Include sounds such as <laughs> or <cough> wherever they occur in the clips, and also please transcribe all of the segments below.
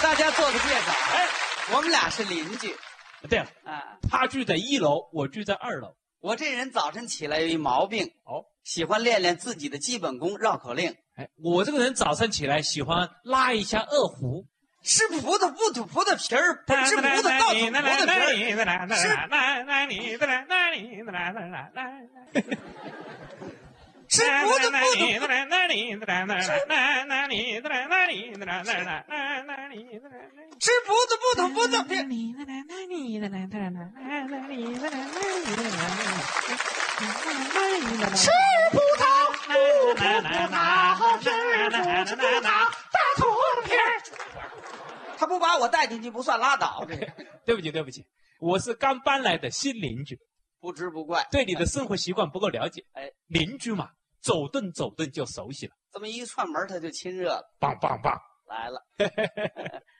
大家做个介绍。哎，我们俩是邻居对了，啊。他住在一楼，我住在二楼。我这人早晨起来有一毛病，哦，喜欢练练自己的基本功——绕口令。哎，我这个人早上起来喜欢拉一下二胡，吃葡萄不吐葡萄皮儿，不吃葡萄倒吐葡萄皮儿。吃葡萄不吐吃葡萄不吐葡萄皮儿。吃葡萄不吐葡萄皮儿，吐葡萄大吐皮儿。他不把我带进去不算拉 <laughs> 倒，这个对不起，对不起，我是刚搬来的新邻居，不知不怪。对你的生活习惯不够了解。哎，邻居嘛，走动走动就熟悉了。这么一串门，他就亲热了，棒棒棒！来 <laughs> 了。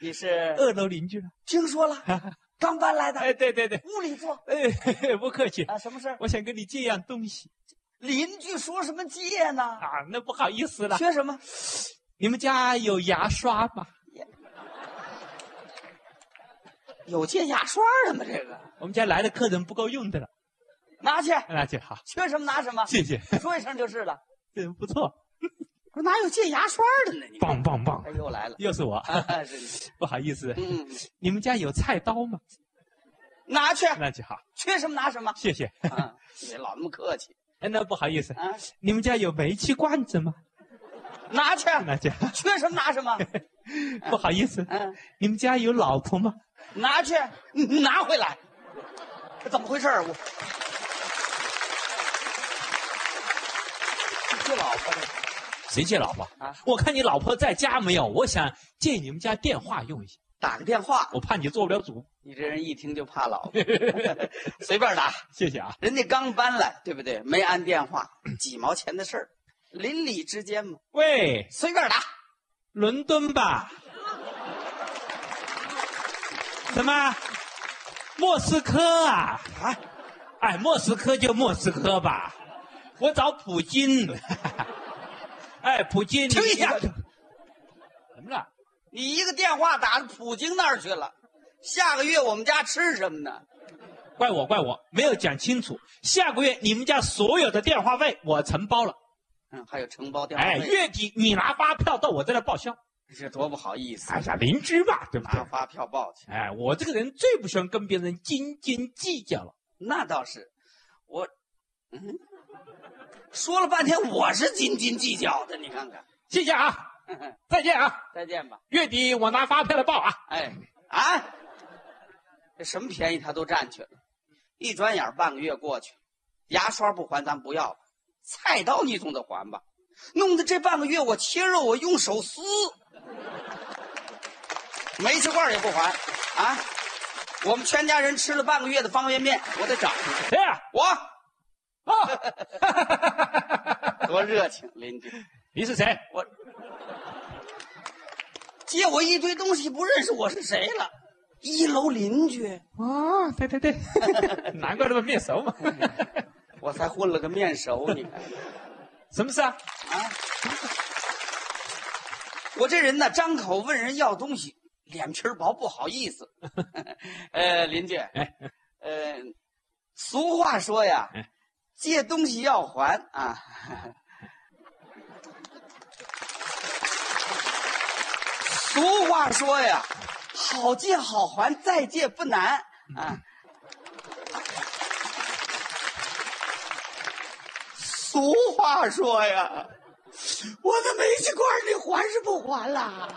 你是二楼邻居了。听说 <laughs> 了，刚搬来的，呃哎，对对对，屋里坐哎，嘿嘿不客气。啊？什么事儿？我想跟你借样东西邻居说什么借呢？啊，那不好意思了。缺什么？你们家有牙刷吗？有借牙刷的吗？这个我们家来的客人不够用的了，拿去，那就好，缺什么拿什么，谢谢，说一声就是了。这不错，我哪有借牙刷的呢？你棒棒棒哎，！又来了， <laughs> 又是我， <laughs> 啊、是你。不好意思，嗯，你们家有菜刀吗？拿去，那就好，缺什么拿什么。谢谢。啊，别老那么客气哎，那不好意思，啊，你们家有煤气罐子吗？拿去，那就好，缺什么拿什么。 <laughs> 不好意思，嗯、你们家有老婆吗？拿去，嗯拿回来。这怎么回事儿？我这老婆这谁借老婆啊？我看你老婆在家没有？我想借你们家电话用一下，打个电话，我怕你做不了主。你这人一听就怕老婆， <laughs> 随便打。谢谢啊，人家刚搬来，对不对？没安电话， <clears throat> 几毛钱的事儿，邻里之间嘛，喂。随便打。伦敦吧？什么？莫斯科啊？啊？哎，莫斯科就莫斯科吧。我找普京。 <laughs> 哎，普京，停一下你怎么了？你一个电话打到普京那儿去了，下个月我们家吃什么呢？怪我，怪我，没有讲清楚。下个月你们家所有的电话费我承包了。嗯，还有承包电话哎，费，月底你拿发票到我这来报销。这多不好意思哎，呀，邻居嘛，对不对拿？发票报去。哎，我这个人最不喜欢跟别人斤斤计较了。那倒是，我，嗯，说了半天我是斤斤计较的，你看看。谢谢啊，再见啊。再见吧，月底我拿发票来报啊！哎，啊，这什么便宜他都占去了，一转眼半个月过去了，牙刷不还咱不要了，菜刀你总得还吧，弄得这半个月我切肉我用手撕，煤气罐也不还，啊，我们全家人吃了半个月的方便面，我得找出去，谁哎呀、我啊？多热情邻居。你是谁？我借我一堆东西，不认识我是谁了。一楼邻居，哦，对对对， <laughs> 难怪那么面熟嘛。我才混了个面熟，你啊看什么事啊！啊？<laughs> 我这人呢，张口问人要东西，脸皮儿薄，不好意思。 <laughs> 呃，邻居，呃，俗话说呀，借东西要还啊。 <laughs> 俗话说呀，好借好还，再借不难啊。俗话说呀，我的煤气罐你还是不还啦？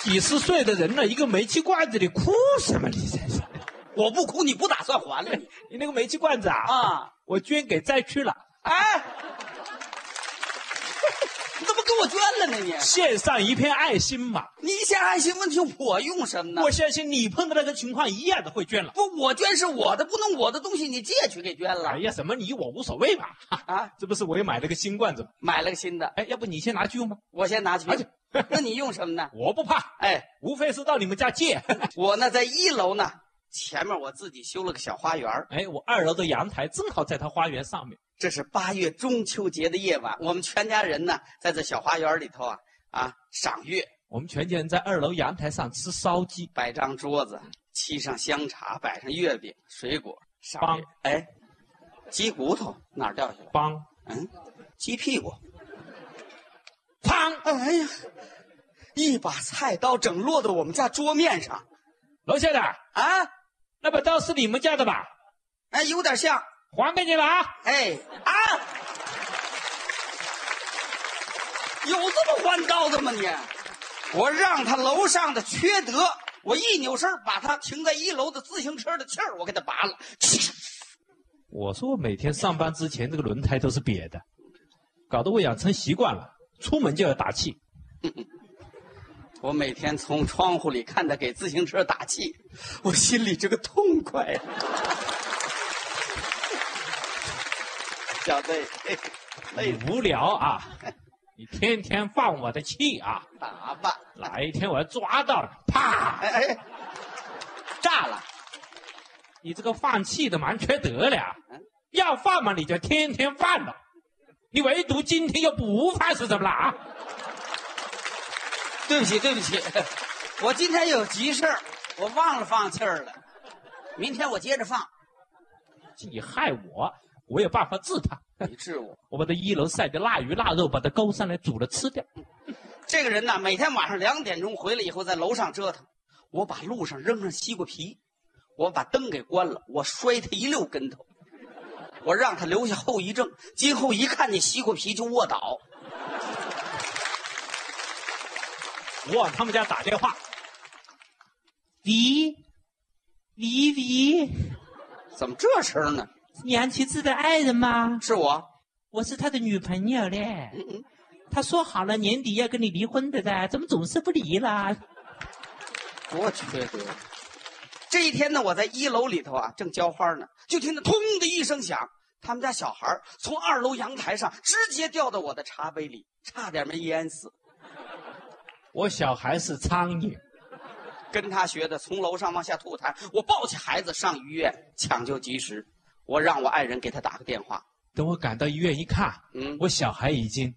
几十岁的人了，一个煤气罐子，你哭什么？你在这？我不哭，你不打算还了你你那个煤气罐子啊，啊？我捐给灾区了，哎，你怎么给我捐了呢你？献上一片爱心嘛。你一些爱心问题，我用什么呢？我相信你碰到那个情况一样的会捐了。不，我捐是我的，不能我的东西你借去给捐了哎呀，什么你我无所谓嘛。啊！这不是我又买了个新罐子吗？买了个新的，哎，要不你先拿去用吧，我先拿去拿去。 <laughs> 那你用什么呢？我不怕，哎，无非是到你们家借。我呢在一楼呢，前面我自己修了个小花园儿哎，我二楼的阳台正好在他花园上面，这是八月中秋节的夜晚，我们全家人呢，在这小花园里头啊啊赏月，我们全家人在二楼阳台上吃烧鸡，摆张桌子，沏上香茶，摆上月饼、水果，赏梆月。哎，鸡骨头哪儿掉下来？梆嗯，鸡屁股。砰，哎呀，一把菜刀整落到我们家桌面上楼下的啊！那把刀是你们家的吧？哎，有点像。还给你了啊！哎啊，有这么还刀的吗你？我让他楼上的缺德，我一扭身把他停在一楼的自行车的气儿我给他拔了。我说我每天上班之前这个轮胎都是瘪的，搞得我养成习惯了，出门就要打气。我每天从窗户里看他给自行车打气，我心里这个痛快啊呀、小子，嘿你累无聊啊，你天天放我的气啊，打吧，哪一天我要抓到了，啪！哎哎，炸了！你这个放气的蛮缺德的啊嗯，要放嘛你就天天放了，你唯独今天又不放是怎么了啊？对不起，对不起，我今天有急事儿，我忘了放气儿了，明天我接着放。你害我，我有办法治他。你治我我把他一楼晒的腊鱼腊肉把它勾上来煮了吃掉。这个人呐，每天晚上两点钟回来以后，在楼上折腾，我把路上扔上西瓜皮，我把灯给关了，我摔他一溜跟头，我让他留下后遗症，今后一看见西瓜皮就卧倒。我往他们家打电话，喂，喂喂，怎么这声呢？杨奇志的爱人吗？是我，我是他的女朋友嘞。嗯他说好了年底要跟你离婚的嘞，怎么总是不离啊啦？多缺德！这一天呢，我在一楼里头啊，正浇花呢，就听到“通”的一声响，他们家小孩儿从二楼阳台上直接掉到我的茶杯里，差点没淹死。我小孩是苍蝇，跟他学的，从楼上往下吐痰。我抱起孩子上医院抢救及时，我让我爱人给他打个电话。等我赶到医院一看，嗯，我小孩已经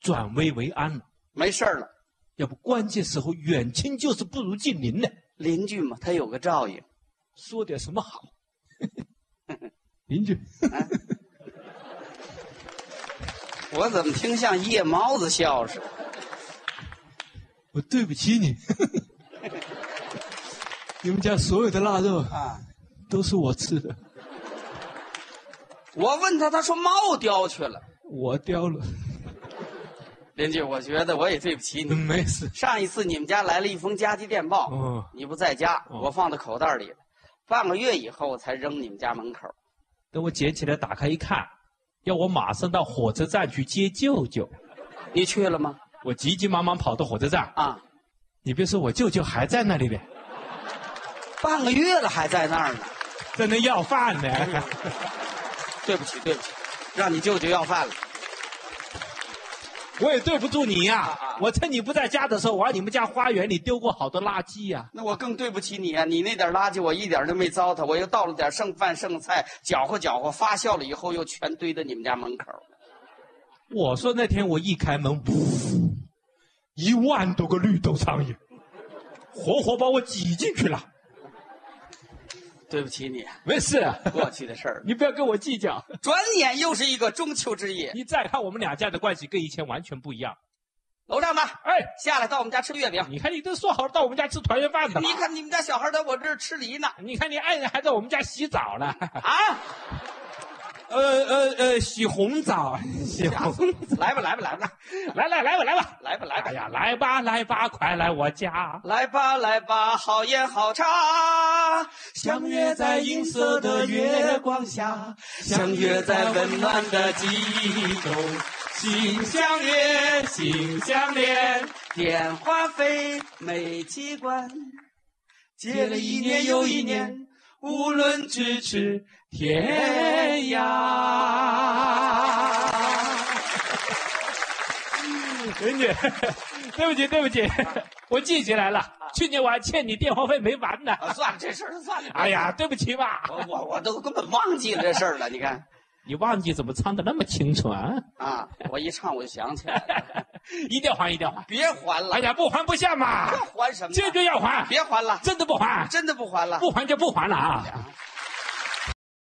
转危为安了。没事儿了。要不关键时候远亲就是不如近邻呢。邻居嘛，他有个照应。说点什么好？邻居，我怎么听像夜猫子笑似的？我对不起你，你们家所有的腊肉啊！都是我吃的，我问他，他说猫叼去了。我叼了。邻居，我觉得我也对不起你。没事，上一次你们家来了一封家居电报，哦你不在家，哦我放到口袋里了。半个月以后才扔你们家门口。等我捡起来打开一看，要我马上到火车站去接舅舅。你去了吗？我急急忙忙跑到火车站，啊，你别说，我舅舅还在那里呢，半个月了还在那儿呢。在那要饭呢。对不起，对不起，让你舅舅要饭了。我也对不住你呀、啊啊我趁你不在家的时候，我往你们家花园里丢过好多垃圾呀、那我更对不起你啊！你那点垃圾我一点都没糟蹋，我又倒了点剩饭剩菜，搅和搅和，发酵了以后又全堆到你们家门口。我说那天我一开门，呜，一万多个绿豆苍蝇，活活把我挤进去了。对不起你，啊没事，过去的事儿。你不要跟我计较。转眼又是一个中秋之夜，你再看我们两家的关系跟以前完全不一样。楼上的哎，下来到我们家吃月饼。你看你都说好到我们家吃团圆饭的了你，看你们家小孩在我这儿吃梨呢你看你爱人还在我们家洗澡呢，啊！呃呃呃，洗红澡， <laughs> 洗家红，来吧来吧来吧来来来吧来吧，来吧来哎吧呀，来吧来吧，快来我家。来吧来吧，好烟好茶，相约在银色的月光下，相约在温暖的记忆中。心相连，心相连。点花费煤气罐，接了一年又一年，无论咫尺天啊涯。美女， <laughs> 对不起，对不起，我记起来了，去年我还欠你电话费没还呢。啊，算了，这事儿算了。哎呀，，对不起吧。我我我都根本忘记了这事儿了。你看，你忘记怎么唱的那么清楚啊？啊！我一唱我就想起来了，一定要还，一定要还！别还了哎，呀，不还不下嘛，还什么呀？这就要还，别还了，真的不还，真的不还了。不还就不还了啊！啊